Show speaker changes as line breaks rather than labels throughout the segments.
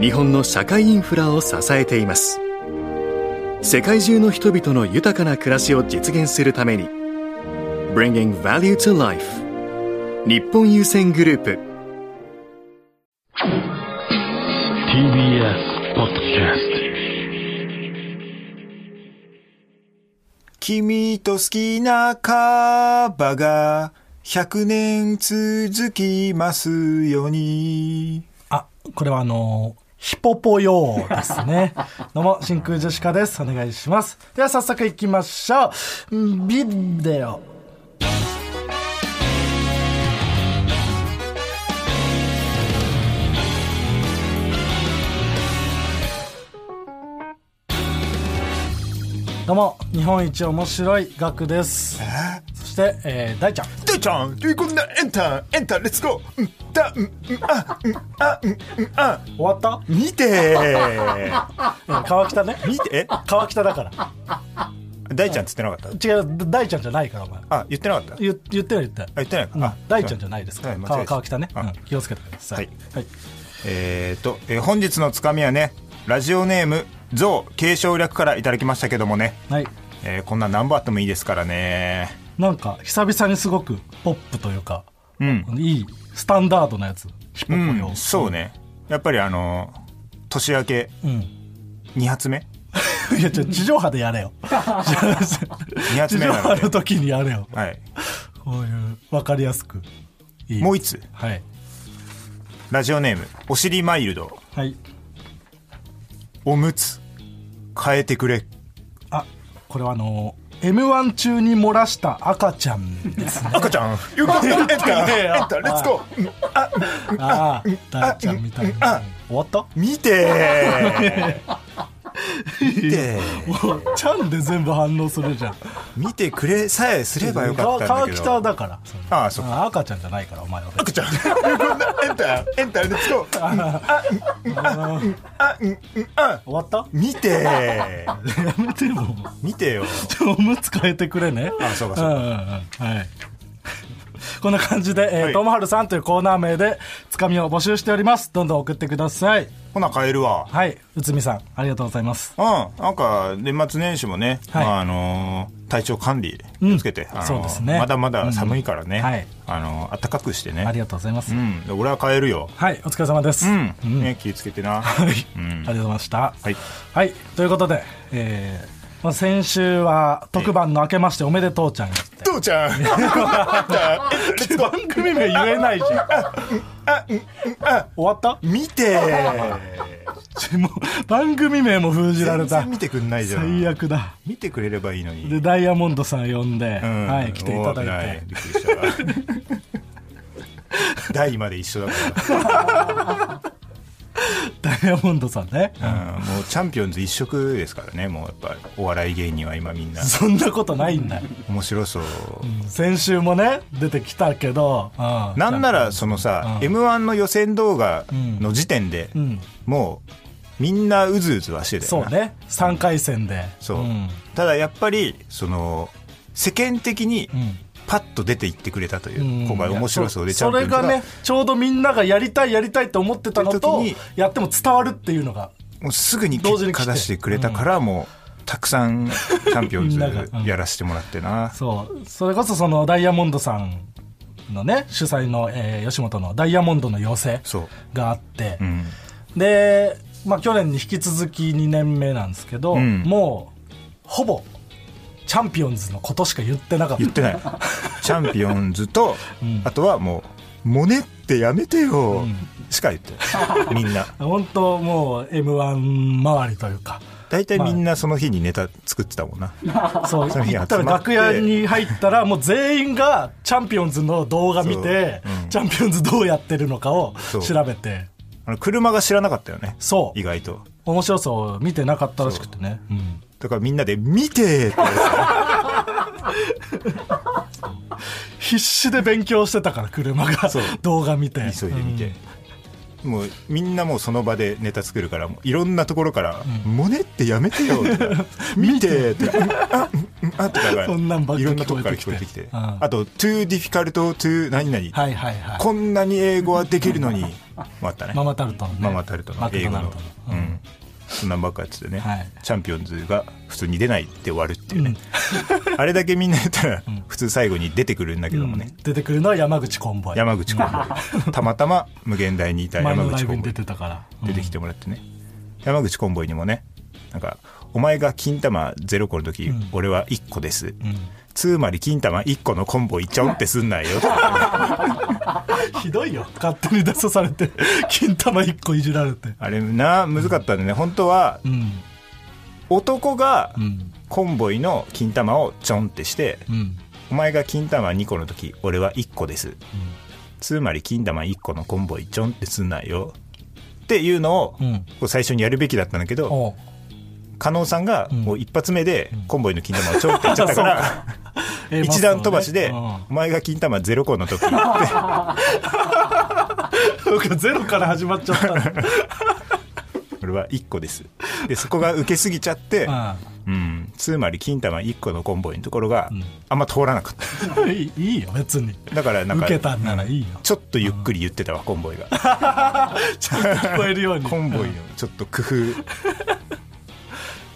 日本の社会インフラを支えています世界中の人々の豊かな暮らしを実現するために Bringing Value to Life 日本郵船グループ
TBS ポッドキャスト
君と好きなカバが100年続きますように。
あ、これはあのーヒポポ用ですね。どうも、真空ジェシカです。お願いします。では、早速行きましょう。んビデオ。どうも、日本一面白いガクです。そして、えー、大ちゃん。
でちゃん、ということで、エンター、エンター、レッツゴー。うん、だ、うん、うん、あ、うん、あ、うん、うん、あ。
終わった
見 てー
うん川北ね。
見て、
川北だから。
え大ちゃんっつってなかった
違う、大ちゃんじゃないから、お前。
あ、言ってなかった
言言ってない言ってない
言ってないか
うん
あ
大ちゃんじゃないですか
は
ら
い間違え
川
た
川北ね、
あ
うん気をつけてください
はい、
はい
えーと、えー本日のつかみはね、ラジオネーム、ゾウ継承略からいただきましたけどもね、
はい
えーこんな何本あってもいいですからね。
なんか久々にすごくポップというか、
うん。
いいスタンダードなやつヒポ
う
ポ
ん
用、
そうね。やっぱりあのー年明け
うん、
2発目
いやじゃ地上波でや れよ
二発
地
目
上
なの
波
で
の時にやれよ
はい。
こういう分かりやすくいい
もう一つ、
はい
ラジオネーム、お尻マイルド、
はい
おむつ、変えてくれ。
あこれはあの m 1中に漏らした赤ちゃん ですね
赤ちゃん、よく言った
ねえ
エ
よ
ンタ、レッツゴー
ああ大ちゃんみたいな終わった
見てー見 てー
もうちゃんで全部反応するじゃん
見てくれさえすればよかったんだけど。
川川北だから
ああ、そっか。
あ赤ちゃんじゃないからお前は
赤ちゃん、 エンタ、エンタ、レッツゴー
終わ った
見てー
やめてもう
見てよ。
ちょおむつ変えてくれね
あそうかそうか
んんうんはいこんな感じで、え
は
ー、
い
ともはるさんというコーナー名でつかみを募集しておりますどんどん送ってください
ほな、変えるわ。
はい内海さんありがとうございます
うん、なんか年末年始もね、
はい
まああのー体調管理気をつけて、あのー
そうですね
まだまだ寒いからね、
うんはい
あのー暖かくしてね
ありがとうございます、
うん、で俺は帰るよ、
はいお疲れ様です、
うんね、気をつけてな、
はい、
うん
ありがとうございました。
はい、
ということで、えーまあ、先週は特番の明けましておめでとうちゃんが来て。
父ちゃん
番組名言えないじゃん。終わった
見て
もう番組名も封じられ
全
た
然。見てくんないじゃん
最悪だ。
見てくれればいいのに、
で、ダイヤモンドさん呼んで、
うん
はい、来ていただ
おー危
い
なびっくりした わ台まで一緒だか
て、ダイヤモンドさんね。
ら、うん、もうチャンピオンズ一色ですからねもうやっぱお笑い芸人は今みんな
そんなことないんだよ。
面白そう、
先週もね、出てきたけど、うん
なんならそのさ、m 1の予選動画の時点で、
ん
もうみんなうずうずはしてた
そ
よ
う
な
ね、3回戦で。
そう
うん
ただやっぱりその世間的に
ん
パッと出ていってくれたという、
うん
今回面白そうで
いやそそれがねちょうどみんながやりたいやりたいと思ってたのと
って時に
やっても伝わるっていうのが
もうすぐに
同
結
時に来て
果出してくれたから、もうたくさんチャンピオンズ
みんながうん
やらせてもらってな、
そうそれこそそのダイヤモンドさんのね主催の、えー吉本のダイヤモンドの寄せ
そう
があって、
うん
で、まあ、去年に引き続き2年目なんですけど、
うん
もうほぼチャンピオンズのことしか言ってなかった
言って ないチャンピオンズと、あとはもう「モネってやめてよ」しか言ってないみんな
本当もう m 1周りというか
大体みんなその日にネタ作ってたもんな、
そう
その日
行ったら
集まって
楽屋に入っ たらもう全員がチャンピオンズの動画見て、
そううん
チャンピオンズどうやってるのかを
そう
調べて
あの車が知らなかったよね
そう
意外と
面白さを見てなかったらしくてね、うん
だからみんなで「見て!」って言われてた
必死で勉強してたから車が
そう
動画見て
急いで見
う
て
ん、
もうみんなもうその場でネタ作るからもういろんなところから「モネってやめて よ」とか「見て!」とか「うんあうんあ」とかが
そんなんばっか
いろんなとこから聞こえてき
聞こえてきて
て
うん
あと「too difficult to 何々」
はいはいはい
こんなに英語はできるのにもあったね
ママタルトの、ね、
ママタルトの
マク
英
ド
語
ナル
の
トの、
う
うん
ん、そんなんばっかやっててね、
はい
チャンピオンズが普通に出ないで終わるっていううね、
ん
あれだけみんなやったら普通最後に出てくるんだけどもね、
出てくるのは山口コンボイ
山口コン ボイたまたま無限大にいた
前
山
のライ
口コ
ブ
ン
に
ボ
出
イ
てたから、
出てきてもらってね、山口コンボイにもねなんかお前が金玉ゼロ個の時、俺は1個です、つまり金玉1個のコンボイちょんってすん ないよ
ひどいよ勝手に出さされて 金玉一個いじられて
あれな難かったんでね本当は
うん
男が
うん
コンボイの金玉をちょんってして、
うん
お前が金玉2個の時俺は1個です、つまり金玉1個のコンボイちょんってすんなよっていうのを、
うん
こう最初にやるべきだったんだけど
おう
加納さんが
ん
もう一発目でコンボイの金玉をちょんって言っちゃったから、
A マ ス
一
ターのね
段飛ばしで、
うん
お前が金玉0個の 時
そうかゼロから始まっちゃったね
俺は1個ですでそこが受けすぎちゃって、うん、つまり金玉1個のコンボイのところがあんま通らなかった、
うん いいいいよ別に
だからなんか
受けたんならいいよ
ちょっとゆっくり言ってたわコンボイが
ちゃんと聞こえるよ うに
コンボイのちょっと工夫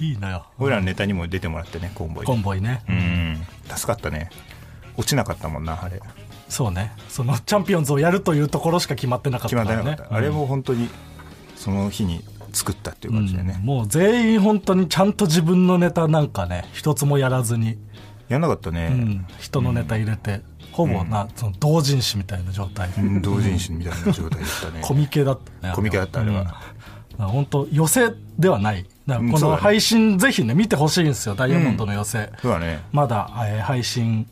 いいのよ
俺らのネタにも出てもらってねコンボイ
コンボイね、
うん助かったね落ちなかったもんなあれ
そうねそのチャンピオンズをやるというところしか決まってなかっ
決
た
ま
か
って
ら
な
ね
かった、あれも本当にその日に作ったっていう感じでね、
うんもう全員本当にちゃんと自分のネタなんかね一つもやらずに、
やんなかったね、
うん、人のネタ入れて、ほぼな、その同人誌みたいな状態、
うん同人誌みたいな状態だったね
コミケだったね
コミケだったあれは
うんだから本当寄せではないだから
うん
こ
そうだ
の
ね
配信ぜひね見てほしいんですよダイヤモンドの寄せ、
そうだね
まだ、えー配信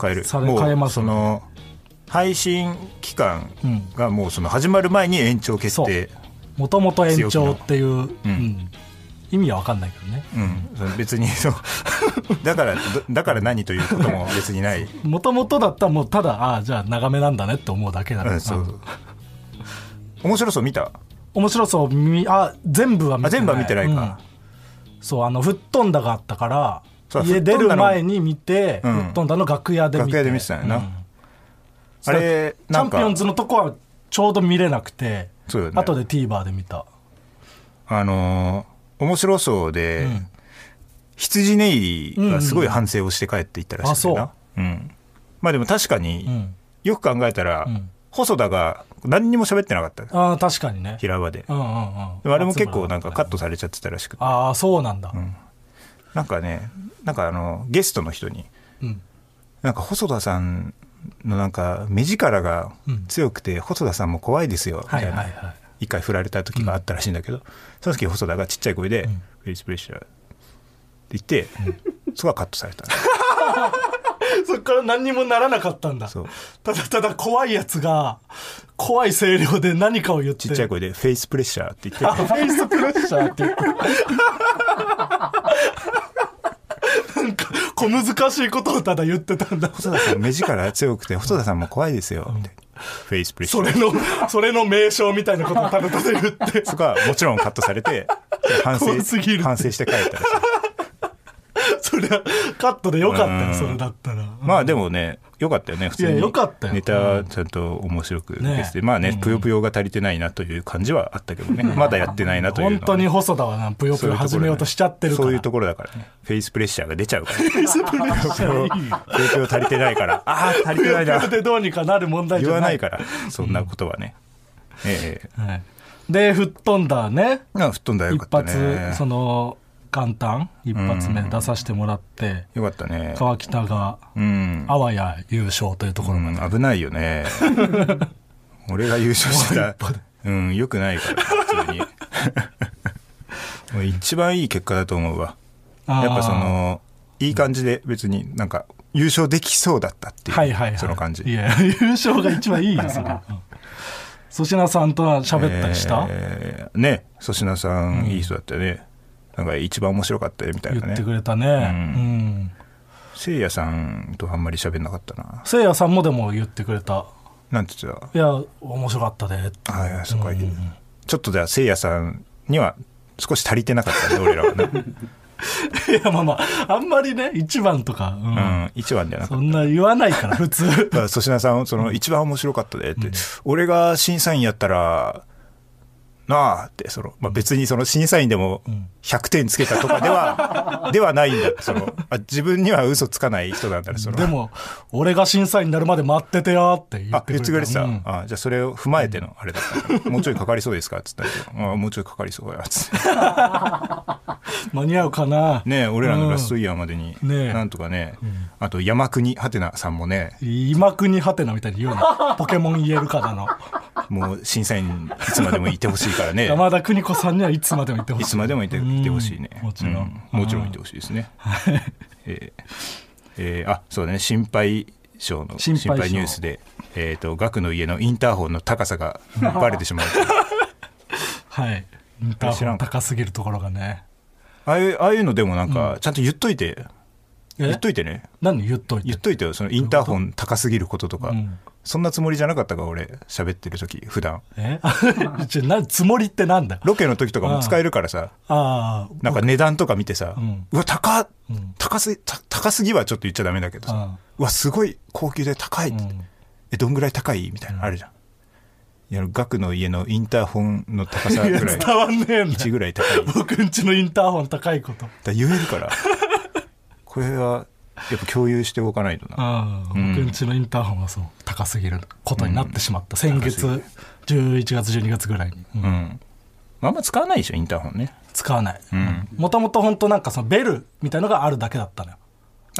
変える
それ変えます
その配信期間
うん
がもうその始まる前に延長決定、
もともと延長っていう、うん
ん
意味は分かんないけどね
うん、その 別にそうだからどだから何ということも別に ない、
もともとだったらもうただああじゃあ長めなんだねって思うだけだか
う
ら、
ん、そう面白そう見た
面白そうみあ全部は見てない
あ全部は見てないか
うんそうあの吹っ飛んだがあったから
そう
家
吹っ
出
飛ん
る
だの
前に見て、
うん
吹っ飛んだの楽屋で見
楽
て
屋で見てたよな、
うん
あれ
チ
な
ャ
ん
ンピオ
か
ンズのとこはちょうど見れなくて
そうだよね
後で TVer で見た
あのー面白そうで、羊ネイリがすごい反省をして帰っていったらしいんだよな、うんまあでも確かに、
うん
よく考えたら、
ん
細田が何にも喋ってなかった
ああ確かにね
平場で
うんうんうん
でもあれも結構なんかカットされちゃってたらしくて
ああそうなんだ、
なんかねなんかあのゲストの人に、
うん
なんか細田さんのなんか目力が強くて、細田さんも怖いですよみた
はいい
な、
はいはい
一回振られた時があったらしいんだけど、その時細田がちっちゃい声で「フェイスプレッシャー」って言って、そこはカットさ れた
そっから何にもならなかったんだ
そう
ただただ怖いやつが怖い声量で何かを言って
ちっちゃい声で「フェイスプレッシャー」って言って
あフェイスプレッシャーって言ってなんか小難しいことをただ言ってたんだ
細田さん目力強くて細田さんも怖いですよみたいな、フェイスプレッシャ
そ
ー
れのそれの名称みたいなことをただただ言って
そこはもちろんカットされて反省
怖すぎる
反省して帰ったらしい
そりゃカットでよかった
う
よ
ん
それだったら
まあでもね良かったよね普通
い
に
や良かったよ
ネタちゃんと面白く
ね
できて、まあねぷよぷよが足りてないなという感じはあったけどねまだやってないなというの
本
は
当に細田はなぷよぷ
そうい
よ
ところだね
始めようとしちゃってるから
そういうところだからねフェイスプレッシャーが出ちゃうから
フェイスプレッシ
ぷよ
ャーいいよ
ぷよ足りてないから ああ足り
ぷ
てない
よぷ
な
よでどうにかなる問題じ
言
ゃ
わ
な
ないいからそんなことはね、ええ
はい、で吹っ飛んだね
あ吹っ飛んだらよ
一
かったね
発その元旦一発目出させてもらって
よかったね
川北が
うん
あわや優勝というところまで、
うん危ないよ ね俺が優勝してたうんよくないから普通に もう一番いい結果だと思うわ
あー
やっぱそのいい感じで別になんか優勝できそうだったっていう、
はいはいはい
その感じ
いや優勝が一番いいよそれ粗品さんとは喋ったりした、
えーね粗品さん、いい人だったよねなんか一番面白かったよみたいな
言ってく
ね
れたね。うん。
せいやさんとあんまり喋んなかったな
せいやさんもでも言ってくれた。
なんて言って
いや、面白かったで。
たああそうか、ちょっとじゃあせいやさんには少し足りてなかった ね俺らはね、
いや、まあまあ、あんまりね、一番とか、うん
うん、一番じゃなかった
そんな言わな いから、普通。
だから粗品さん、その一番面白かったでって、俺が審査員やったら、なあって、その、まあ、別にその審査員でも100点つけたとかでは、 ではないんだって、その、あ自分には嘘つかない人なんだね、その。
でも、俺が審査員になるまで待っててよって言
あ
っ、てくれ
言ってく
た。
れてた。
うん
あじゃあそれを踏まえての、あれだった。もうちょいかかりそうですかって言ったら、あもうちょいかかりそうや、つって。
間に合うかな。
ねえ俺らのラストイヤーまでに、
ねえ
なんとかね、あと山国ハテナさんもね、
今国ハテナみたいに言 うな。ポケモン言えるからの。
もう審査員いつまでもいてほしいからね。
山田邦子さんにはいつまでも言ってほし
い
い。
つまでもいていてほしいね
う。んもちろん
うもちろんいてほしいですね。えーえーあ、そうだね。心配性の
心
心
配性
配ニュースで、えっ、と額の家のインターホンの高さ がバレてしまう。
はい。インター
知
ホ
ら
ン
ん
高すぎるところがね。
ああいうああいうのでもなんか、ちゃんと言っといて、言
え
っといてね。
何言っといて
言っ。といてよ。そのインターホン高すぎることとか、
ん
そんなつもりじゃなかったか俺喋ってる時普段。
え ちょなつもりってなんだ
ロケの時とかも使えるからさ、
あ
なんか値段とか見てさ、うんわ、高っ、高すぎ、た高すぎはちょっと言っちゃダメだけど
う
さ
ん、
うわ、すごい高級で高いって、
ん
え、どんぐらい高いみたいな、あるじゃん。いや、額の家のインターホンの高さ
あ。い
ぐら
や、
い、
伝わんねえんだ
1。ぐらい高い。だか
僕んちのインターホン高いこと。
ら言える から、これは、やっぱ共有しておかないとな。
ああ、
ん
僕んちのインターホンはそう、高すぎることになってしまった。先月、
高
11月、12月ぐらいに。うん
うん。あんま使わないでしょ、インターホンね。
使わない。
ん
もともと本当なんかそのベルみたいのがあるだけだったのよ。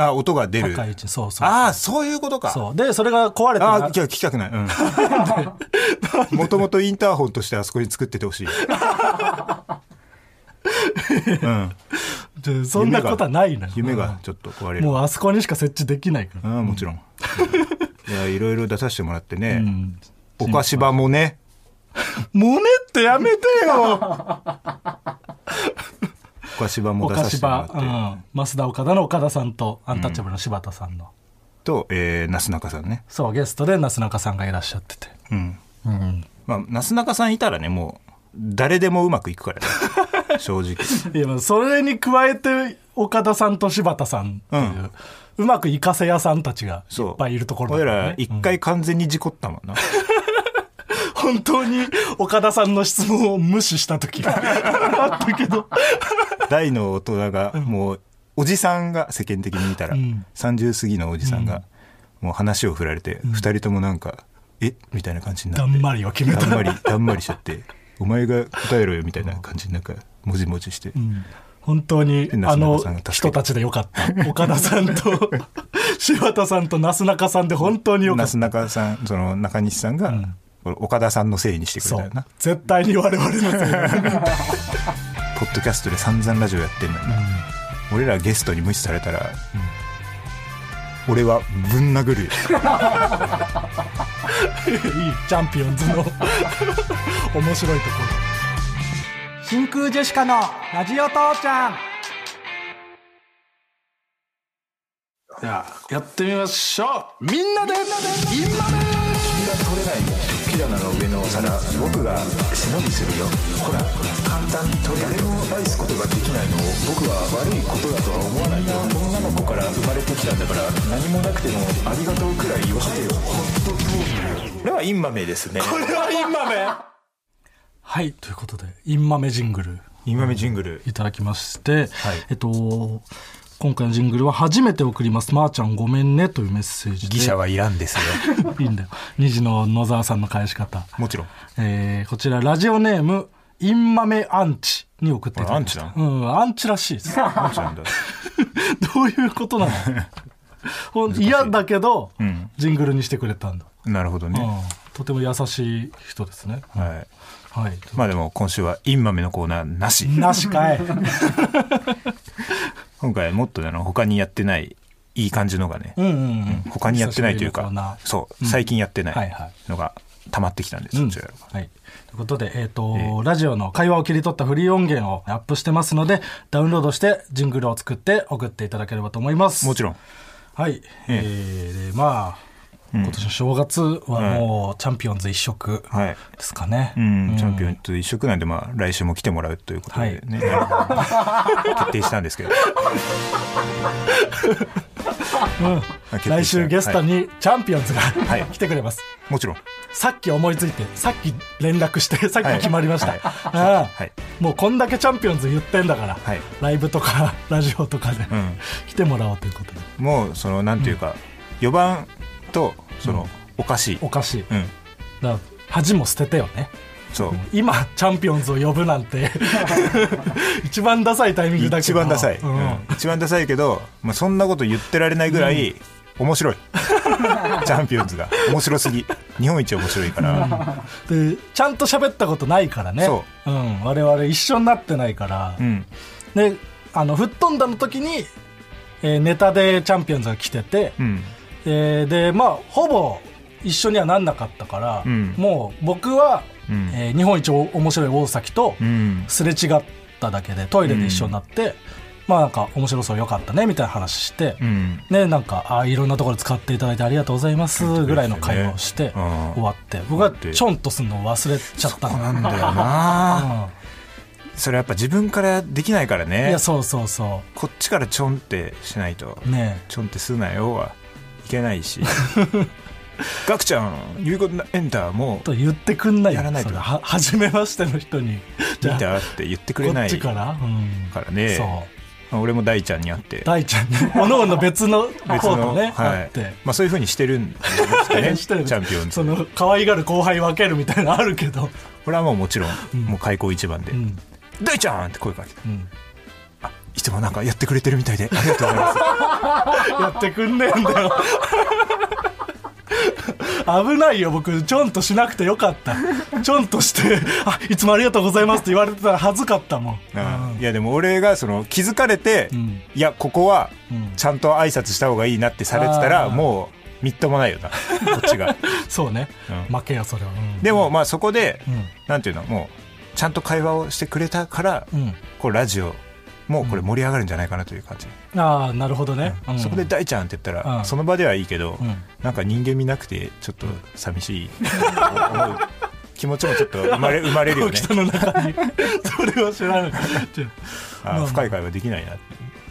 あ、音が出る。
高い位置に、そうそう。
ああ、そういうことか。
そう。で、それが壊れて
ああ、
な
聞きたくない。うん。 もともとインターホンとしてあそこに作っててほしい。うん。
で そんなことはないのよ。
夢がちょっと壊れ
うん。
る。
もうあそこにしか設置できないから。
ああ、もちろん。いや、いろいろ出させてもらって
う
ね。
ん。
お菓子場もね。
モネってやめてよ
お菓子場も
お
出
菓
さ
子
せてもら
場、
っ
う
て。
ん。増田岡田の岡田さんと、アンタッチャブルの柴田さんの。
と、えー、なすなかさんね。
そう、ゲストでなすなかさんがいらっしゃってて。
うん。
うん。
まあ、なすなかさんいたらね、もう、誰でもうまくいくから ね。正直。
いや、まあそれに加えて、岡田さんと柴田さんっていう、うまくいかせ屋さんたちがい
そう。
っぱいいるところ
俺
から
ら、一回完全に事故ったもん な。
本当に岡田さんの質問を無視した 時があったけど。
大の大人がもうおじさんが世間的に見たら、
ん
30過ぎのおじさんがもう話を振られて、二人ともなんか「えみたいな感じにな
だ
って
んまりを決め
だ
た。
んまりだんまりしちゃって「お前が答えろよ」みたいな感じになんかもじもじして、
本当に
で、な
あ
すな
の
かさんが助けて
人たちでよかった。岡田さん と柴田さんとなすなかさんで本当によか
な
った
す。なかさんその中西さんが、これ岡田さんのせいにしてくれ
そ
たよ
う
な。
絶対に我々のせいだ。
ポッドキャストで散々ラジオやってんのにな、俺らゲストに無視されたら、俺はぶん殴るよ
いいチャンピオンズの 面白いところ真空ジェシカのラジオ父ちゃんじゃあやってみましょうみんなでみんなで
取れない食器棚の上のお皿僕が忍びするよほら簡単に取れる誰も愛すことができないのを僕は悪いことだとは思わないよ女の子から生まれてきたんだから何もなくてもありがとうくらい言わせてよこれはインマメですね
これはインマメはいということでインマメジングル
インマメジングル
いただきまして、
い
えっと今回のジングルは初めて送ります。まー、ちゃんごめんねというメッセージで。
記者はいらんですよ
いいんだよ。2時の野沢さんの返し方。
もちろん
えーこちらラジオネームインマメアンチに送っていただきました
あアンチ
うんアンチらしいですど
もちろんだ
ういうこと なのほん嫌だけど、
ん
ジングルにしてくれたんだ、
なるほど
う
ね、
んとても優しい人ですね
はい
はい
まあでも今週はインマメのコーナーなし
なしかい
今回もっとあの他にやってないいい感じのがね、
うんうんうん
他にやってないという
久しぶりのコーナ
か
ー
そう最近やって
は
ないい
はい
のが溜まってきたんです、
うん
そういうのが
はい。ということで、えっ、と、
え
ラジオの会話を切り取ったフリー音源をアップしてますので、ダウンロードして、ジングルを作って送っていただければと思います。
もちろん。
はい。えーでまあ、今年の正月はもう、チャンピオンズ一色
はい
ですかね。
うん、チャンピオンと一色なんで、まあ、来週も来てもらうということでね、 決定したんですけど。決定した
来週ゲスト
はい
にチャンピオンズが、
い
来てくれます。
もちろん。
さっき思いついて、さっき連絡して、さっき決まりました。
はい
ああ
はい
もうこんだけチャンピオンズ言ってんだから、
はい
ライブとか ラジオとかで、
ん
来てもらおうということで。
もう、その、なんていうか、4番と、その、おかしい。
おかしい。
うん。
だから恥も捨ててよね。
そう。
今、チャンピオンズを呼ぶな んて、一番ダサいタイミングだけど。
一番ダサい。
うん
うん一番ダサいけど、まあ、そんなこと言ってられないぐらい、面白い。 チャンピオンズが。面白すぎ。日本一面白いから。
でちゃんと喋ったことないからね、
そう
ん、我々一緒になってないから、
うん。
であの吹っ飛んだの時に、えーネタでチャンピオンズが来てて、
うん。
えーでまあほぼ一緒にはなんなかったから、
うん
もう僕は、
うん
えー日本一お面白い大崎と
うん。
すれ違っただけでトイレで一緒になって、まあなんか面白そうよかったねみたいな話して、
うん。
ね、なんかあいろんなところで使っていただいてありがとうございますぐらいの会話をして
うん
終わって僕はちょんとするのを忘れちゃったの
なんだよな
うん
それやっぱ自分からできないから
い
ね
やそうそうそ
こっちからちょんってしないと、
うね
ちょんってすなよはいけない しガクちゃん言うことなエンターも
えと言ってくんない
やらないと
それは初めましての人に
見
じゃあ
たって言ってくれ
こ
な
っ
い
ち
か
から、うん、
らね
そう
まあ俺も大ちゃんに会って
大ちゃんねおのおの別のコートね
は
あ
い
って、
まあ、そういうふうにしてるんですよね
してる
チャンピオン
そ
ズ
の可愛がる後輩分けるみたいなのあるけど、
これはもうもちろん、もう開口一番で「
うん
大ちゃん!」って声かけて
うん、
いつもなんかやってくれてるみたいでありがとうございます
やってくんねえんだよ危ないよ僕ちょんとしなくてよかったちょんとして「あいつもありがとうございます」って言われてたら恥ずかったもん、
いやでも俺がその気づかれて、
ん
いやここは
うん
ちゃんと挨拶した方がいいなってされてたら、
あー
もうみっともないよなこっちが
そうね、
うん
負けよそれは、うん
でもまあそこで、
うん
なんていうのもうちゃんと会話をしてくれたから、
うん
こうラジオもうこれ盛り上がるんじゃないかなという感じ、
ああなるほどね、うん
そこで「大ちゃん」って言ったら、
うん
その場ではいいけど、
うん
なんか人間見なくてちょっと寂しい、思う気持ちもちょっと生まれ生まれる よね
北の中にそれは知 らない、
あー深い会話できないなって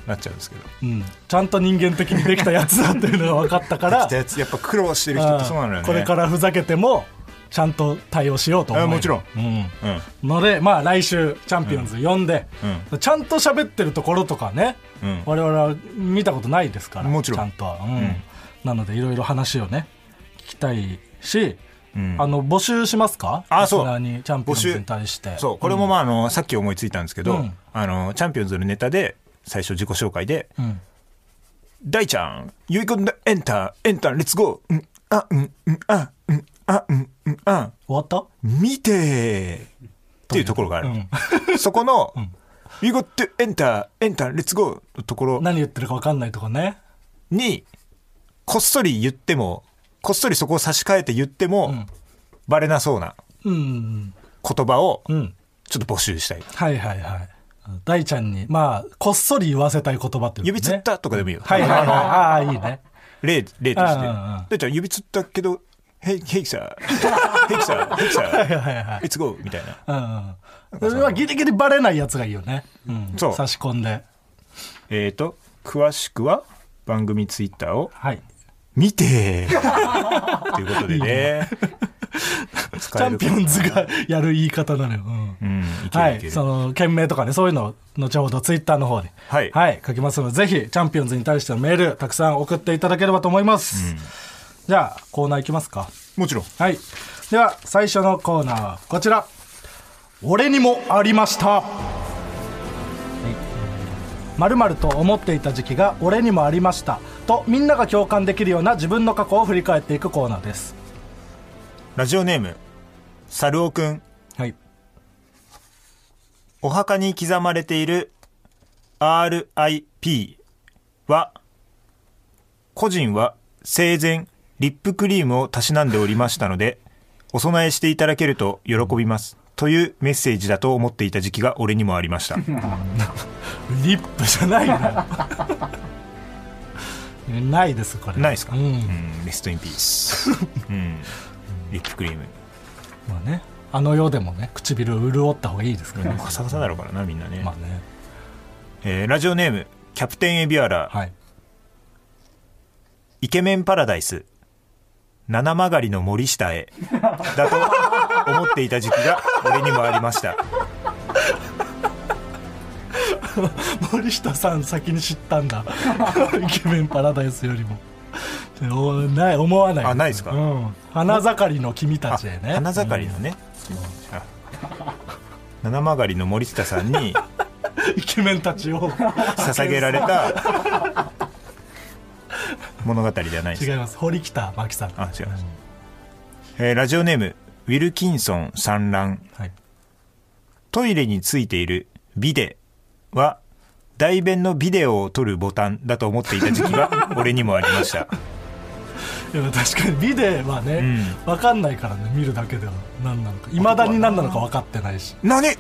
なっちゃうんですけど
うん、ちゃんと人間的にできたやつだっていうのが分かったか ら
来たやつやっぱ苦労してる人ってそうなのよ
あ
ね
ーこれからふざけてもちゃんと対応しようと思う
あもちろん
うん
うん
ので、まあ、来週チャンピオンズ呼んで、ちゃんと喋ってるところとかね、
うん
我々は見たことないですから
もちろん
ちゃんとは、うんなのでいろいろ話をね聞きたいし、
ん
あの募集しますか
あそう
リスナーにチャンピオンズに対して
そう、これもまあ、あの、さっき思いついたんですけど、
うん
あの、チャンピオンズのネタで、最初自己紹介で、
ん
大ちゃん、ゆいこんだ、エンター、エンター、レッツゴー、うん、あ、うん、うん、あ、うん、あ、うん、うん、あ、
終わった
見てーっていうところがある。 そこの、ゆいこって、エンター、エンター、レッツゴーのところ
何言ってるか分かんないとこね
に、こっそり言っても、こっそりそこを差し替えて言っても、バレなそうな
うん
言葉を、
うん
ちょっと募集したい。
はいはいはい大ちゃんにまあこっそり言わせたい言葉っていうのね
指つったとかでもいいよ。
はいはいはいああいいね
例、例として。
うんうんうん
だいちゃん指つったけど、ヘイ、ヘイキサ ー、ヘイキサー、ヘイキサ
はい
ー、
はいはい
レッツゴーみたいな。
うんうんそれはギリギリバレないやつがいいよね、うん、
そう
差し込んで
えーと、詳しくは番組ツイッターを
はい
見 てーということでね。
チ
使
ャ
え
ン
るか
ピオンズがやる言い方なのよ、うん
うん、いけ
は
るいけ
い、
る。
その件名とかねそういうのを後ほどツイッターの方では
はい
書きますのでぜひチャンピオンズに対してのメールたくさん送っていただければと思います、じゃあコーナーいきますか
もちろん。
はいでは最初のコーナーはこちら俺にもありましたまると思っていた時期が俺にもありましたとみんなが共感できるような自分の過去を振り返っていくコーナーです
ラジオネーム、サルオくん。
はい
お墓に刻まれている RIP は、個人は生前リップクリームをたしなんでおりましたので、お供えしていただけると喜びます。というメッセージだと思っていた時期が俺にもあり ました。
リップじゃないの よないですこれ
ないですか、
う
うん
ん、
レストインピース。うん。リップクリーム。
まあねあの世でもね唇を潤った方がいいで すからね
カサカサだろうからな、みんなね。
まあね
えーラジオネーム、キャプテンエビアラ、
はい
イケメンパラダイス、七曲がりの森下へ、だと思っていた時期が俺にもありました。
森下さん先に知ったんだイケメンパラダイスよりもおない思わない
あないですか
うん、花盛りの君た
あ
ちへね
花盛りのね、あ七曲がりの森下さんに
うんイケメンた ちを
捧げられた物語ではないで
違い
す
ます堀北真希さん
あ違います、えーラジオネームウィルキンソン産卵
はい
トイレについているビデは代弁のビデオを撮るボタンだと思っていた時期が俺にもありま した
いや確かにビデはね、分かんないからね見るだけでは何なのかいまだに何なのか分かってないし
何
い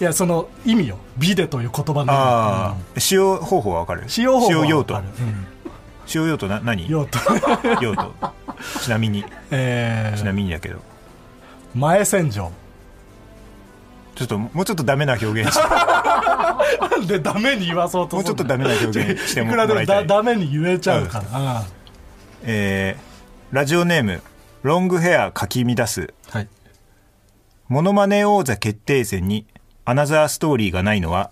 やその意味よビデという言葉の意味
ああ、使用方法はわかる
使用方法
使用用
は
途
分かるうん
使用用途な何
用途
用途ちなみに
え
ち
ー
なみにだけど
前洗浄
ちょっともうちょっとダメな表 現して
なんでダメに言わそうと
もうちょっとダメな表現 しても
いくらで
ら
も
いた
だ
い
ダメに言えちゃうから、うん
えーラジオネームロングヘアかき乱す
はい
モノマネ王座決定戦にアナザーストーリーがないのは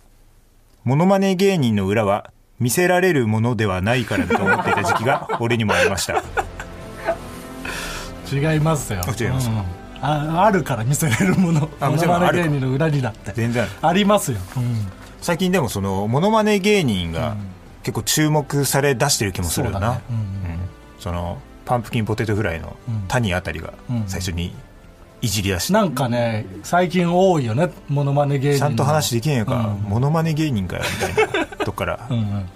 モノマネ芸人の裏は見せられるものではないからだと思っていた時期が俺にもありました
違いますよ
違います
うんああるから見せれるもの
あもちろん
モノマネ
ある
芸人の裏にだって
全然ある
ありますよ、うん
最近でもそのモノマネ芸人が結構注目され出してる気もするよ
そうだ
な
ねうん
うんそのパンプキンポテトフライの谷あたりが最初にいじり出して
なんかね最近多いよねモノマネ芸人
ちゃんと話で
き
きねえのか、
うん
モノマネ芸人かよみたいなとこから
うんうん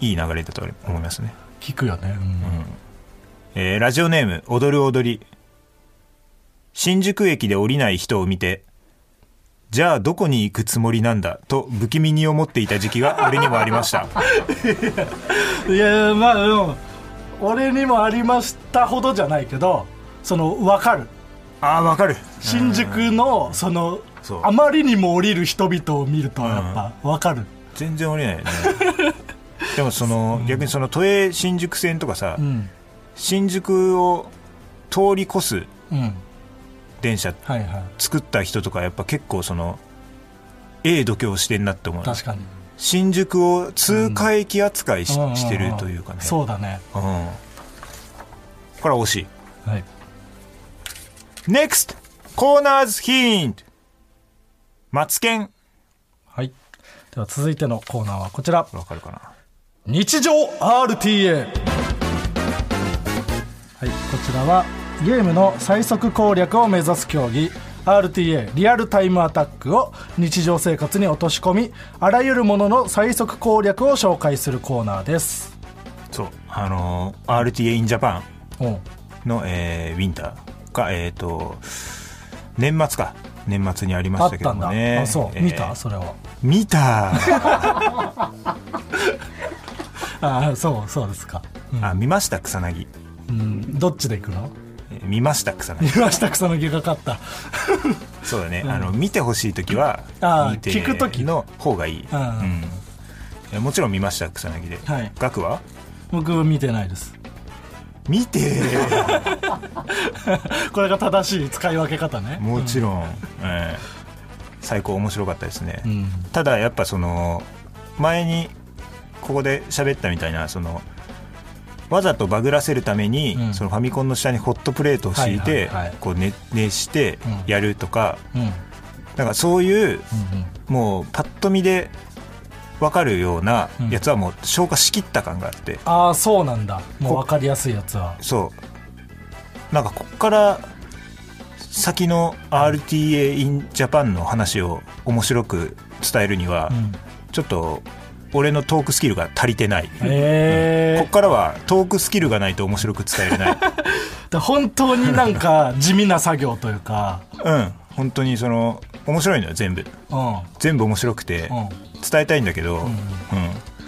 いい流れだと思いますね、
聞くよね、うん
えーラジオネーム「踊る踊り」新宿駅で降りない人を見てじゃあどこに行くつもりなんだと不気味に思っていた時期が俺にもありました
いやまあでも俺にもありましたほどじゃないけどその分かる
あーわかる
新宿のその
そう
あまりにも降りる人々を見るとやっぱ分かる、
全然降りないよね でもその、逆にその都営新宿線とかさ、
うん
新宿を通り越す
うん
電車
はいは
作った人とかやっぱ結構そのええ度胸してんなって思う
い確かに
新宿を通過駅扱いし,、
うん
てるというかね
そうだね
うん、これは惜しい
はい
NEXT コーナーズヒントマツケン
はいでは続いてのコーナーはこちら
わかるかな
日常 RTA はいこちらはゲームの最速攻略を目指す競技 RTA リアルタイムアタックを日常生活に落とし込みあらゆるものの最速攻略を紹介するコーナーです
そうあのー RTA in Japan
おう
の、えーウィンターがえっ、と年末か年末にありま
あ
し
った
け
た
ど
ん
も
だ、
ね
あそう、
えー
見たそれは
見た
ああそうそうですか、
あ見ました草薙、
うん、どっちで行くの
えー見ました草薙
見ました草薙が勝った
そうだね、あの見てほしい時は
あー
見て
聞く時
の方がいい、
うん
うんもちろん見ました草薙で、
はい
額は
僕は見てないです
見て
これが正しい使い分け方ね
もちろん、えー最高面白かったですね、
ん
ただやっぱその前にここで喋ったみたいなそのわざとバグらせるために、
うん
そのファミコンの下にホットプレートを敷いて、
はいはいはい
こう熱熱してやるとか、
うんうん
なんかそういう
うん
もうパッと見で分かるような
うん
やつはもう消化しきった感があって、
ああそうなんだもう
こ
分かりやすいやつは
そうなんかこっから先の RTA in Japan の話を面白く伝えるには、
うん
ちょっと俺のトークスキルが足りてない、こ
え
っからはトークスキルがないと面白く伝えれない
ら本当にな んか地味な作業というか、
うん本当にその面白いのよ全部
う
全部面白くて、
ん、うん、
伝えたいんだけど、うん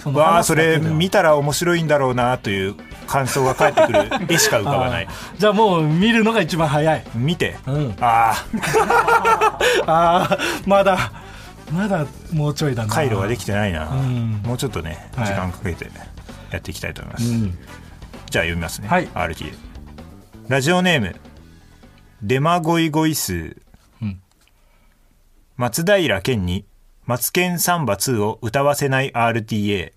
その
わあ
話す
そ
だけでは
れ見たら面白いんだろうなという感想が返ってくる絵しか浮かばない
じゃあもう見るのが一番早い
見て、
ん
ああ
ああ まだまだもうちょいだな
回路ができてないな、
ん
もうちょっとね
はい
時間かけてやっていきたいと思います、
うん
じゃあ読みますね、
はい
RT ラジオネームデマゴイゴイスー、
うん
松平健に「松健サンバ2」を歌わせない RTA、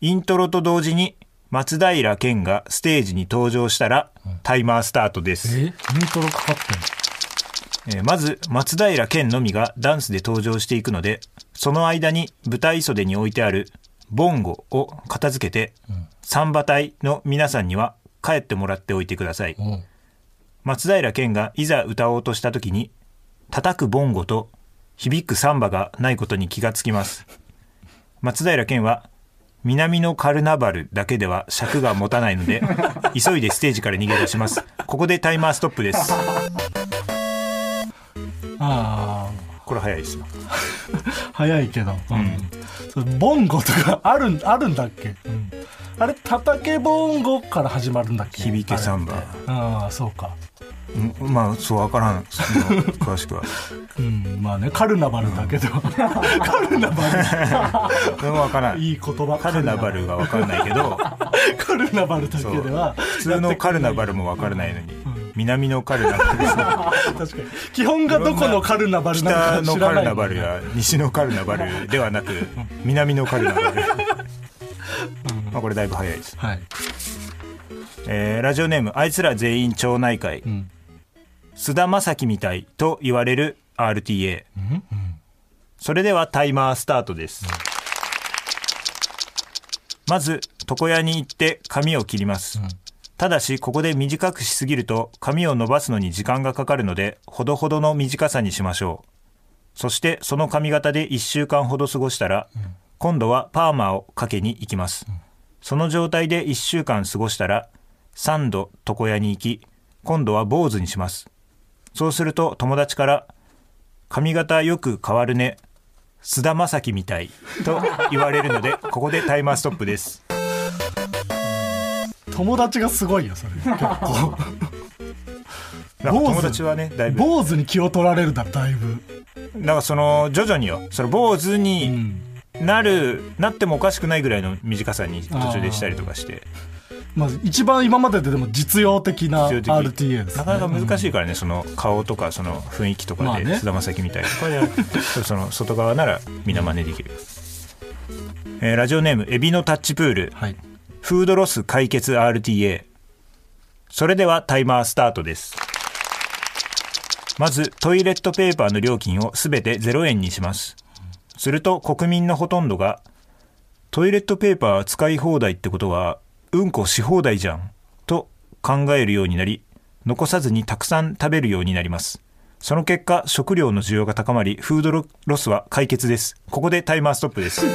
イントロと同時に松平健がステージに登場したら、タイマースタートです
えイントロかかってん
え
の
ーまず松平健のみがダンスで登場していくのでその間に舞台袖に置いてあるボンゴを片付けて、サンバ隊の皆さんには帰ってもらっておいてください、
ん
松平健がいざ歌おうとした時に叩くボンゴと響くサンバがないことに気がつきます松平健は南のカルナバルだけでは尺が持たないので急いでステージから逃げ出しますここでタイマーストップです
あ
これ早いですよ
あ早いけど、うんそれボンゴとか あるんあるんだっけ、うんあれ叩けボンゴから始まるんだっけ
響けサンバ
あれってああそうか
うんまあそう分からんその詳しく は
うんまあねカルナバルだけど、 カルナバ
それも分から
ル
ん
いい言葉
カルナバルが分からないけ ど
カルナバルだけ
そう
では
普通のカルナバルも分からないのに南のカルナバ ル
確かに基本がどこのカルナバルな
北
のか
の
知ら
カ
な
ル
い
ナバルや西のカルナバルではなく南のカルナ バルまあこれだいぶ早いです
はい
えーラジオネームあいつら全員町内会
ん
菅、田将暉みたいと言われる RTA、それではタイマースタートです、まず床屋に行って髪を切ります、ただしここで短くしすぎると髪を伸ばすのに時間がかかるのでほどほどの短さにしましょうそしてその髪型で1週間ほど過ごしたら、今度はパーマをかけに行きます、その状態で1週間過ごしたら3度床屋に行き今度は坊主にしますそうすると友達から「髪型よく変わるね菅田将暉みたい」と言われるのでここでタイマーストップです
友達がすごいよそれ結構
なんか
坊主
友達はねだいぶ
坊主に気を取られるだだいぶ
なんかその徐々によその坊主になる、なってもおかしくないぐらいの短さに途中でしたりとかして
まあ一番今までででも実用的な
必要的
RTA です
な
ね
かなか難しいからね、その顔とかその雰囲気と
ま
か
あ
で
ね
菅田将暉みたいとかでその外側ならみんな真似できる、えーラジオネームエビのタッチプール
はい
フードロス解決 RTA それではタイマースタートですまずトイレットペーパーの料金をすべて0円にしますすると国民のほとんどがトイレットペーパー使い放題ってことはうんこし放題じゃんと考えるようになり残さずにたくさん食べるようになりますその結果食料の需要が高まりフードロスは解決ですここでタイマーストップです すい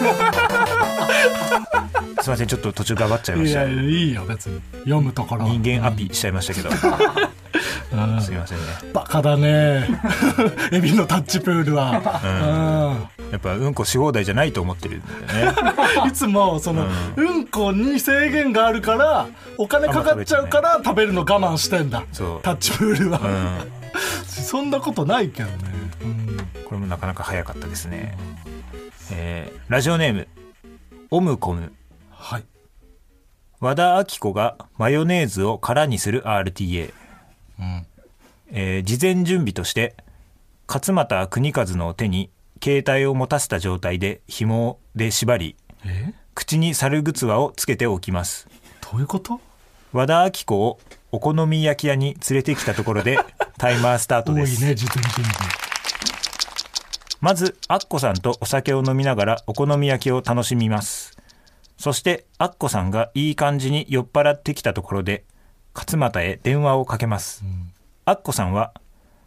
ませんちょっと途中がばっちゃいま
い
した
やいやいいよ別に読むところ
人間アピしちゃいましたけ どすみませんね
バカ だねエビのタッチプールは、
やっぱうんこし放題じゃないと思ってるんだよね
うん、いつもその、うん、こに制限があるからお金かかっちゃうから食べるの我慢してんだ
そう
タッチプールは、そんなことないけどね、
これもなかなか早かったですね、えーラジオネームオムコム
はい
和田アキ子がマヨネーズを空にする RTA、えー事前準備として勝俣邦和の手に携帯を持たせた状態で紐で縛り
え
口に猿ぐつわをつけておきます
どういうこと
和田アキ子をお好み焼き屋に連れてきたところでタイマースター
多
ト
いね
で
事
す、
前準備
まずアッコさんとお酒を飲みながらお好み焼きを楽しみますそしてアッコさんがいい感じに酔っ払ってきたところで勝俣へ電話をかけます、アッコさんは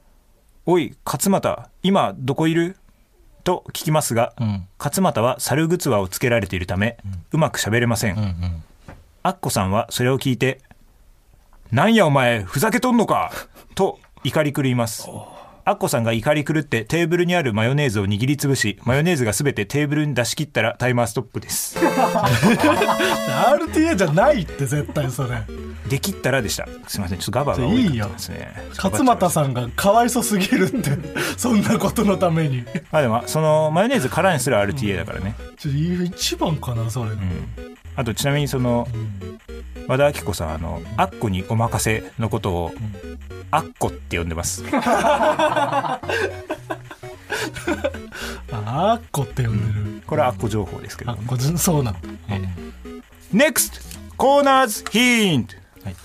「おい勝俣今どこいる?」と聞きますが、
ん
勝俣は猿ぐつわをつけられているため、うまくしゃべれません、アッコさんはそれを聞いてなんやお前、ふざけとんのかと怒り狂います。アッコさんが怒り狂ってテーブルにあるマヨネーズを握りつぶし、マヨネーズがすべてテーブルに出し切ったらタイマーストップです。
RTA じゃないって絶対それ
できったらでした。すみません、ちょっとガバが多いかったですね。
勝俣さ
ん。
んがかわいそすぎるってそんなことのために
まあでも、そのマヨネーズからにする RTA だからね。
ちょ一番かなそれ、
あとちなみにその和田アキ子さんあの「アッコにお任せ」のことを「アッコ」って呼んでます
あーっこって呼んでる、
これはアッコ情報ですけ
あ
ど
っこじそうなんだ
NEXT コーナーズヒント、
はい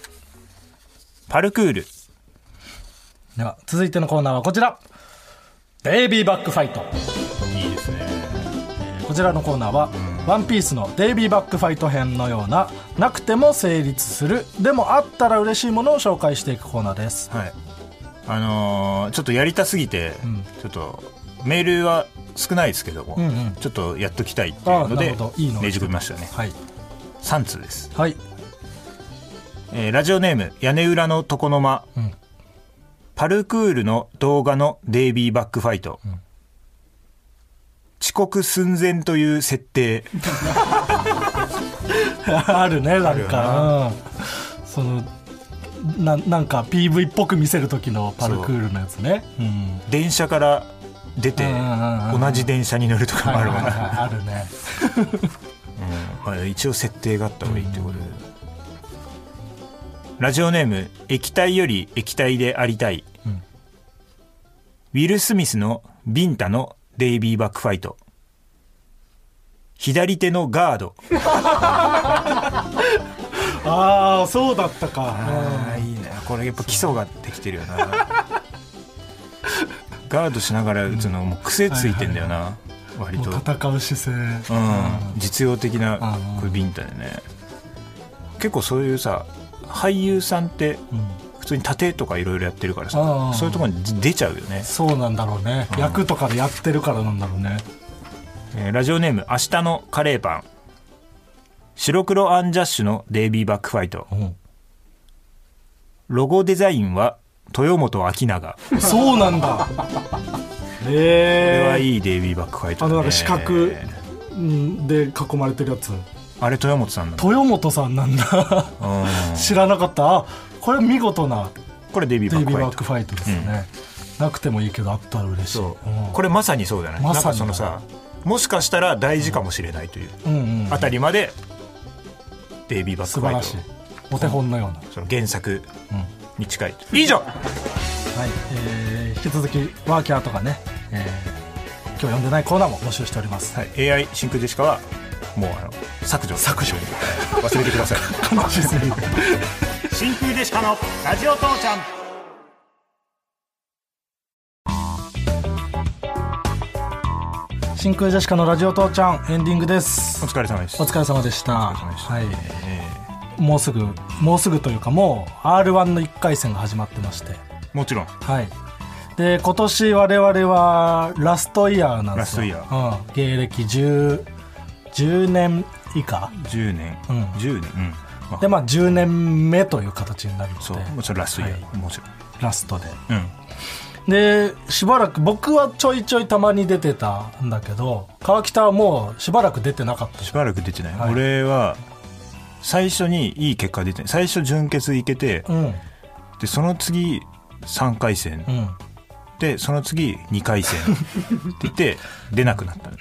パルクール
では続いてのコーナーはこちらベイビーバックファイト
いいですね
こちらのコーナーは「ワンピースのデイビーバックファイト編のようななくても成立するでもあったら嬉しいものを紹介していくコーナーです
はいあのーちょっとやりたすぎて、ちょっとメールは少ないですけども、
んうん
ちょっとやっときたいっていうの
あなる
で
ほどいいの
ねじ込みましたね
はい
3通です
はい
えーラジオネーム屋根裏の床の間、
ん
パルクールの動画のデイビーバックファイト、遅刻寸前という設定
あるねなん
あ
か、うん、そのななんか PV っぽく見せる時のパルクールのやつねうん
電車から出て
うんうんうんうん
同じ電車に乗るとかも
はい
あ
は
る
いは
か
い
ら、
あるね
まあ、一応設定があった方がいいってことで、ラジオネーム液体より液体でありたい、ウィル・スミスのビンタのデイビーバックファイト左手のガード
ああそうだったか
ああいいなこれやっぱ基礎ができてるよな ガードしながら打つのもう癖ついてんだよな、割
も
と
う戦う姿
う
勢
ん実用的な
うん
これビンタでね結構そういうさ俳優さんって普通に盾とかいろいろやってるから
う
さ
ん
そういうところに出ちゃうよね、
そうなんだろうね役とかでやってるからなんだろうね
えーラジオネーム明日のカレーパン白黒アンジャッシュのデイビーバックファイトロゴデザインは豊本明永
そうなんだ
これは
へえ
いいデイビーバックファイト
あ
だ、ね、
のなんか四角うんで囲まれてるやつ
あれ豊本さんなんだ、
豊本さんなんだ
うん
知らなかったあこれ見事な
これデイビー
デ
バ
イ
ック
ビー
ファ
バ
イ
ッ
ト
クファイトですね、なくてもいいけどあったら嬉しい
そう、
ん
これまさにそうだね
まさ
なんか
に
そのさもしかしたら大事かもしれないという
うんうん
あたりまでデイビーバック
素
ファ
晴
イ
ら
ト
しいお手本のような、
その原作に近い、以上
はい、えー引き続きワーキャーとかね、えー今日読んでないコーナーも募集しております、はい、
AI 真空ジェシカはもうあの削除削除忘れてく ださい
悲しすぎる
真空ジェシカのラジオ父ちゃん
真空ジェシカのラジオ父ちゃんエンディングです
お疲れ様です
お疲れ様でした
お疲れ様でした
はい、もうすぐもうすぐというかもう r 1の1回戦が始まってまして
もちろん
はいで今年我々はラストイヤーなんですよ
ラストイヤ
うん、芸歴 10, 10年以下
10年、
ん
10年、うんまあ
でまあ10年目という形になるの
そう
で
もちろんラストイヤー、もちろ
ラストで
んうん
でしばらく僕はちょいちょいたまに出てたんだけど川北はもうしばらく出てなかった
しばらく出てない、
はい
俺は最初にいい結果出てない最初準決いけて、
うんうん
でその次3回戦、でその次2回戦って言って出なくなった の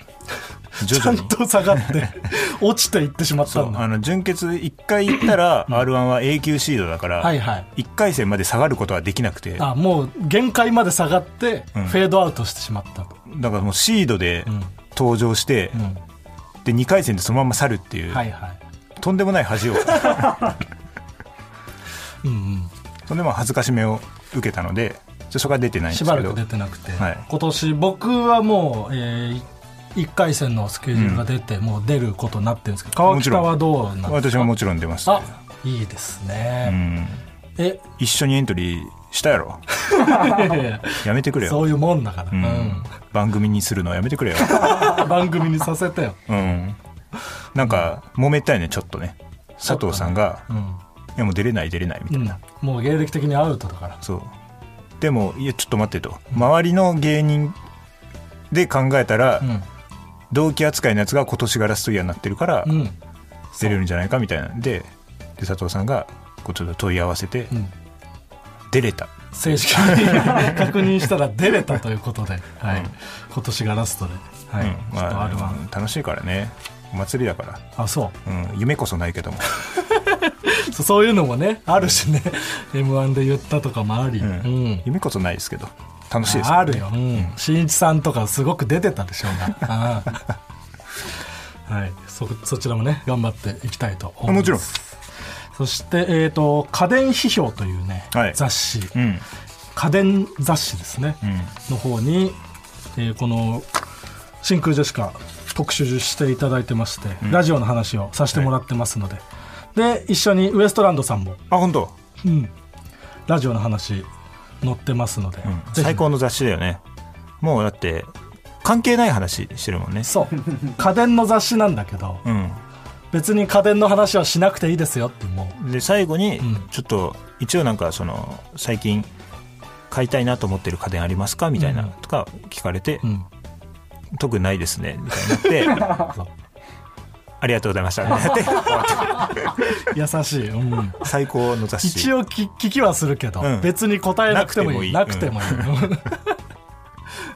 徐
ちゃ
々
ん
に
と下がって 落ちていってしまった
そ
ん
う
だ
あの準決1回行ったら r 1は A 級シードだから、
はいはい
1回戦まで下がることはできなくてだか
あもう限界まで下がって
うん
フェードアウトしてしまったと、
らもうシードで
ん
登場して、
うん
で2回戦でそのまま去るっていう、
はいはい
とんでもない恥を
うんうん
とんでも恥ずかしめを受けたのでちょそこは出てないんです
し
けど
ばらく出てなくて、
はい
今年僕はもう、え1回戦のスケジュールが出て、もう出ることになってるんですけど川
もち
北
ろん
はどうなんですか
私ももちろん出ます
あいいです
う
ね、
ん
え
一緒にエントリーしたや ろ やめてくれ
そ
よ、
ういうもんだから、
うん
うん
番組にするのやめて くれよ、
番組にさせてよ、
うん、なんか揉めたいねちょっとね佐藤さんが
うん、
やもう出れない出れないみたいな、
うんもう芸歴的にアウトだから
そうでもいやちょっと待ってと周りの芸人で考えたら、
ん
同期扱いのやつが今年がラストイヤーになってるから、
うん
出れるんじゃないかみたいなんでで佐藤さんがこうちょっと問い合わせて、
ん
出れた
正式に確認したら出れたということで、はい今年がラストで、はい
うん
ちょっと
まあ
r 1
楽しいからねお祭りだか
あそ
ら、うん、夢こそない けども、
うそそういうのもねあるしね m 1で言ったとかもあり、う
うん
ん
夢こそないですけど楽しいですから
あ
ね
るよ、うん、新一さんとかすごく出てたでしょうがうん はい、そそちらもね頑張っていきたいと思います
もちろん
そして、えー、と家電批評というね、
はい
雑誌、
うん
家電雑誌ですね、
うん
の方に、えーこの真空ジェシカ特集していただいてまして、ラジオの話をさせてもらってますので、で一緒にウエストランドさんも
あ本当、
ラジオの話載ってますので、
うん
ぜひ
最高の雑誌だよねもうだって関係ない話してるもんね
そう家電の雑誌なんだけど
うん
別に家電の話はしなくていいですよっても
で最後に
ん
ちょっと一応なんかその最近買いたいなと思ってる家電ありますかみたいなとか聞かれて、
う、うん、
特にないですねみたいになって
そう
ありがとうございましたみたいになって 終わった
優しい、うん、
最高の雑誌
一応聞聞きはするけど、
うん
別に答えなくてもいいな
な
く
く
て
て
も
も
いい、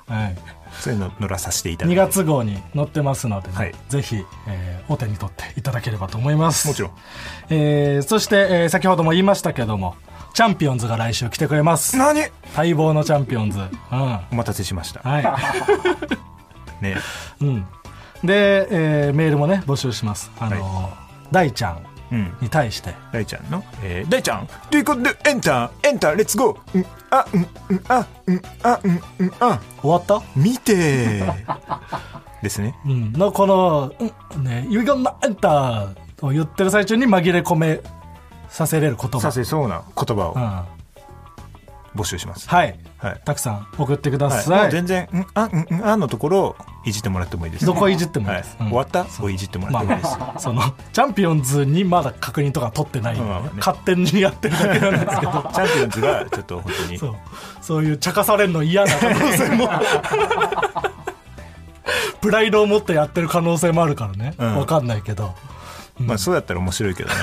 はい
そういうの乗らさせていただ
2
いて
月号に載ってますのでね、
はい
ぜひ、えーお手に取っていただければと思います
もちろん、
えーそして、えー先ほども言いましたけどもチャンピオンズが来週来てく れます
何
待望のチャンピオンズうんは
お待たせしました
い、
ね
うん、で、えーメールもね募集しますあのー、大ちゃん
うん
に対して
大ちゃんの、えー、大ちゃんということでエンターエンターレッツゴーうんあうんうんあうんあうんうんあ
終わった
見て ですね
うん、のこの「うん、ね You got my enter」を言ってる最中に紛れ込めさせれる言葉
させそうな言葉
うん、
を
は
募集します、
い
はい
たくさん送ってくだ
はい、
さ
もう
い、
全然「んあんんあ」のところをいじってもらってもいいです、
どこいじってもいいです
は
うん
終わったをいじってもら
ま
っ
あ
てもいいです、
まあそのチャンピオンズにまだ確認とか取ってないんでね、
まあまあね
勝手にやってるだけなんですけど
チャンピオンズがちょっと本当に
そうそういう茶化されるの嫌な可能性 もプライドを持ってやってる可能性もあるからね、
うん
わかんないけど、
まあそうだったら面白いけ どね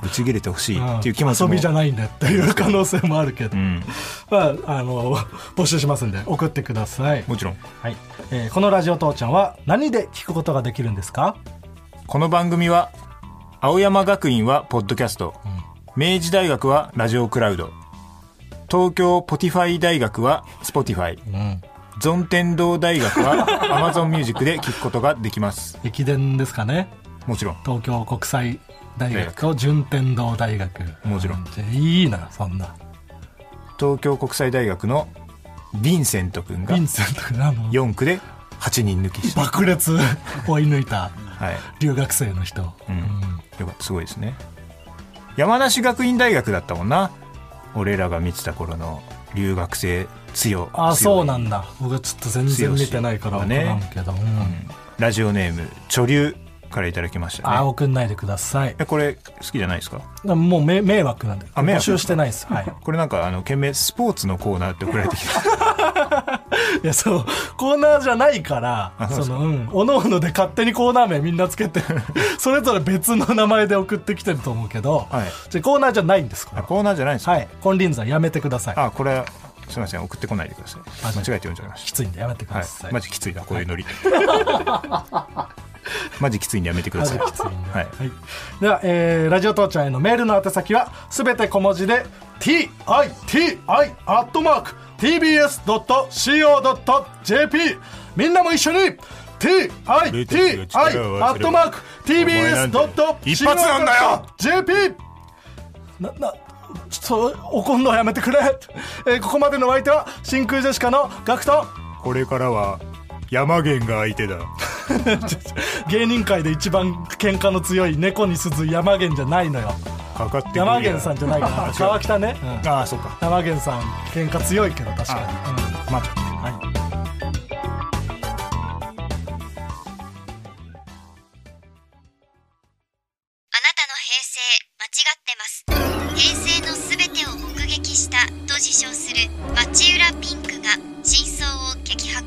ぶち切れてほしいっていう気持ちも、
遊びじゃ
ない
ないんだっていう可能性もあるけど、
ん
まあ、あの募集しますんで送ってください、
もちろん
はいえーこの「ラジオ父ちゃん」は何で聞くことができるんですか
この番組は青山学院はポッドキャスト、明治大学はラジオクラウド東京ポティファイ大学はスポティファイ、ゾンテン堂大学はアマゾンミュージックで聞くことができます
駅伝ですかね
もちろん
東京国際大学と順天堂大学
もちろん
ういいなそんな
東京国際大学のヴィンセント君
ヴ
が
ィンセント君あの
4区で8人抜きした、
爆裂追い抜いた
はい
留学生の人、
うんよかったすごいですね山梨学院大学だったもんな俺らが見てた頃の留学生強
ああそうなんんだ僕はちょっと全然見てないから分からんけど、うん
ラジオネーム女流からいただきました
あ
ね
あ送んないでください
えこれ好きじゃないですか
もうめ迷惑なんで
あ迷
募
惑
集してないです はい
これなんかあの懸命スポーツのコーナーって送られてきた
いやそうコーナーじゃないからそのうんおのおので勝手にコーナー名みんなつけてそれぞれ別の名前で送ってきてると思うけど、
はい
じゃあコーナーじゃないんです
あ
か
コーナーじゃないんですから
はい金輪際やめてください
あこれすいません送ってこないでください間違えて読んじゃいまし
きついんでやめてく
たは
ださい、
いマジきついなこういうノリ マジきついんでやめてくだ
マ
さ
ジ
い
きついんで、
はい
はい、では、えーラジオ父ちゃんへのメールの宛先はすべて小文字で TITI-tbs.co.jp みんなも一緒に TITI-tbs.co.jp
一発なんだよ
JP な、な、ちょっと怒んのはやめてくれ、えーここまでのお相手は真空ジェシカのガクト
これからは山源が相手だ
芸人界で一番喧嘩の強い猫に鈴山源じゃないのよ
かかってくる
山源さんじゃないから川北ね、うん
ああそうか
山源さん喧嘩強いけど確かに、うん
まあちょっと
はい
あなたの平成間像を激白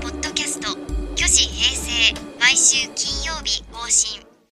ポッドキャスト「巨子平成」毎週金曜日更新